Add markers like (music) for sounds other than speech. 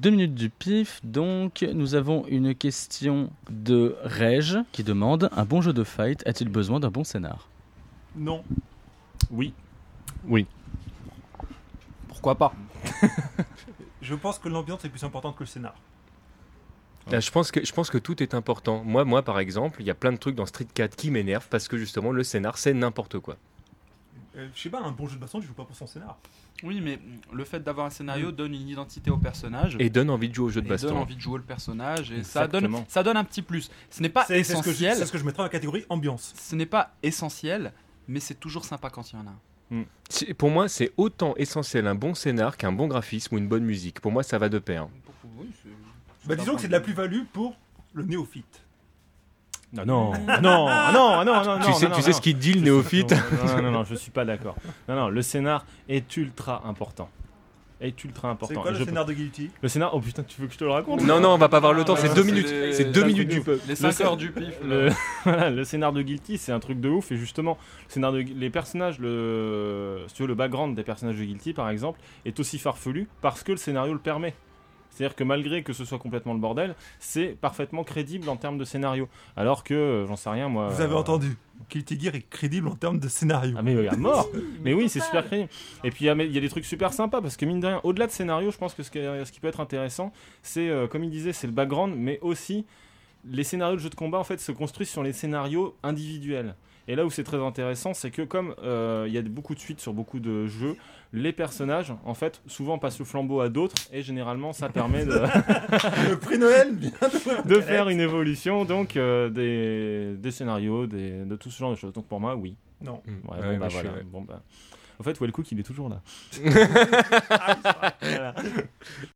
Deux minutes du pif. Donc, nous avons une question de Reg qui demande Un bon jeu de fight a-t-il besoin d'un bon scénar Non. Oui. Oui. Pourquoi pas Je pense que l'ambiance est plus importante que le scénar. Là, Bah, je, pense que, je pense que tout est important. Moi, moi par exemple, il y a plein de trucs dans Street 4 qui m'énervent parce que justement, le scénar, c'est n'importe quoi. Euh, je sais pas, un bon jeu de baston, tu joues pas pour son scénar. Oui, mais le fait d'avoir un scénario donne une identité au personnage. Mm. Et donne envie de jouer au jeu de et baston. donne envie de jouer le personnage et ça Exactement. donne ça donne un petit plus. Ce n'est pas C'est c'est ce que je, essentiel. c'est ce que je mettrais dans la catégorie ambiance. Ce n'est pas essentiel, mais c'est toujours sympa quand il y en a. un. C'est- Pour moi, c'est autant essentiel un bon scénar qu'un bon graphisme ou une bonne musique. Pour moi, ça va de pair. Bah, disons que c'est de la plus-value pour le néophyte. Non, non, ah non, ah non, ah non, ah non, tu non, sais, non, tu non. sais ce qu'il dit, le néophyte Non, non, non, non, je suis pas d'accord. Non, non, le scénar est ultra important. Est ultra C'est important. quoi Je- le scénar de Guilty Le scénar, oh putain, tu veux que je te le raconte Non, non, on va pas avoir le temps, Ah, c'est bah, deux c'est minutes. les- C'est deux c'est un minutes truc du de peuple. Les 5 scén- heures du pif. le, (laughs) voilà, le scénar de Guilty, c'est un truc de ouf. Et justement, le scénar de, les personnages, le, si tu veux, le background des personnages de Guilty, par exemple, est aussi farfelu parce que le scénario le permet. C'est-à-dire que malgré que ce soit complètement le bordel, c'est parfaitement crédible en termes de scénario. Alors que, euh, j'en sais rien, moi. Vous avez euh, entendu. Guilty Gear est crédible en termes de scénario. Ah mais euh, à mort Mais oui, c'est super crédible. Et puis il y a- il y a des trucs super sympas parce que mine de rien, au-delà de scénario, je pense que ce qui, ce qui peut être intéressant, c'est euh, comme il disait, c'est le background, mais aussi les scénarios de jeux de combat en fait se construisent sur les scénarios individuels. Et là où c'est très intéressant, c'est que comme euh, il y a beaucoup de suites sur beaucoup de jeux, les personnages en fait souvent passent le flambeau à d'autres et généralement ça permet de le prix Noël bien Ah, bah. de- de faire une évolution donc euh, des, des scénarios, des- de tout ce genre de choses. Donc pour moi, oui. Non. Mm. Ouais, Ouais, bon, bah, bah, je suis- voilà. Bon, bah. En fait, Wellcook, il est toujours là. Voilà.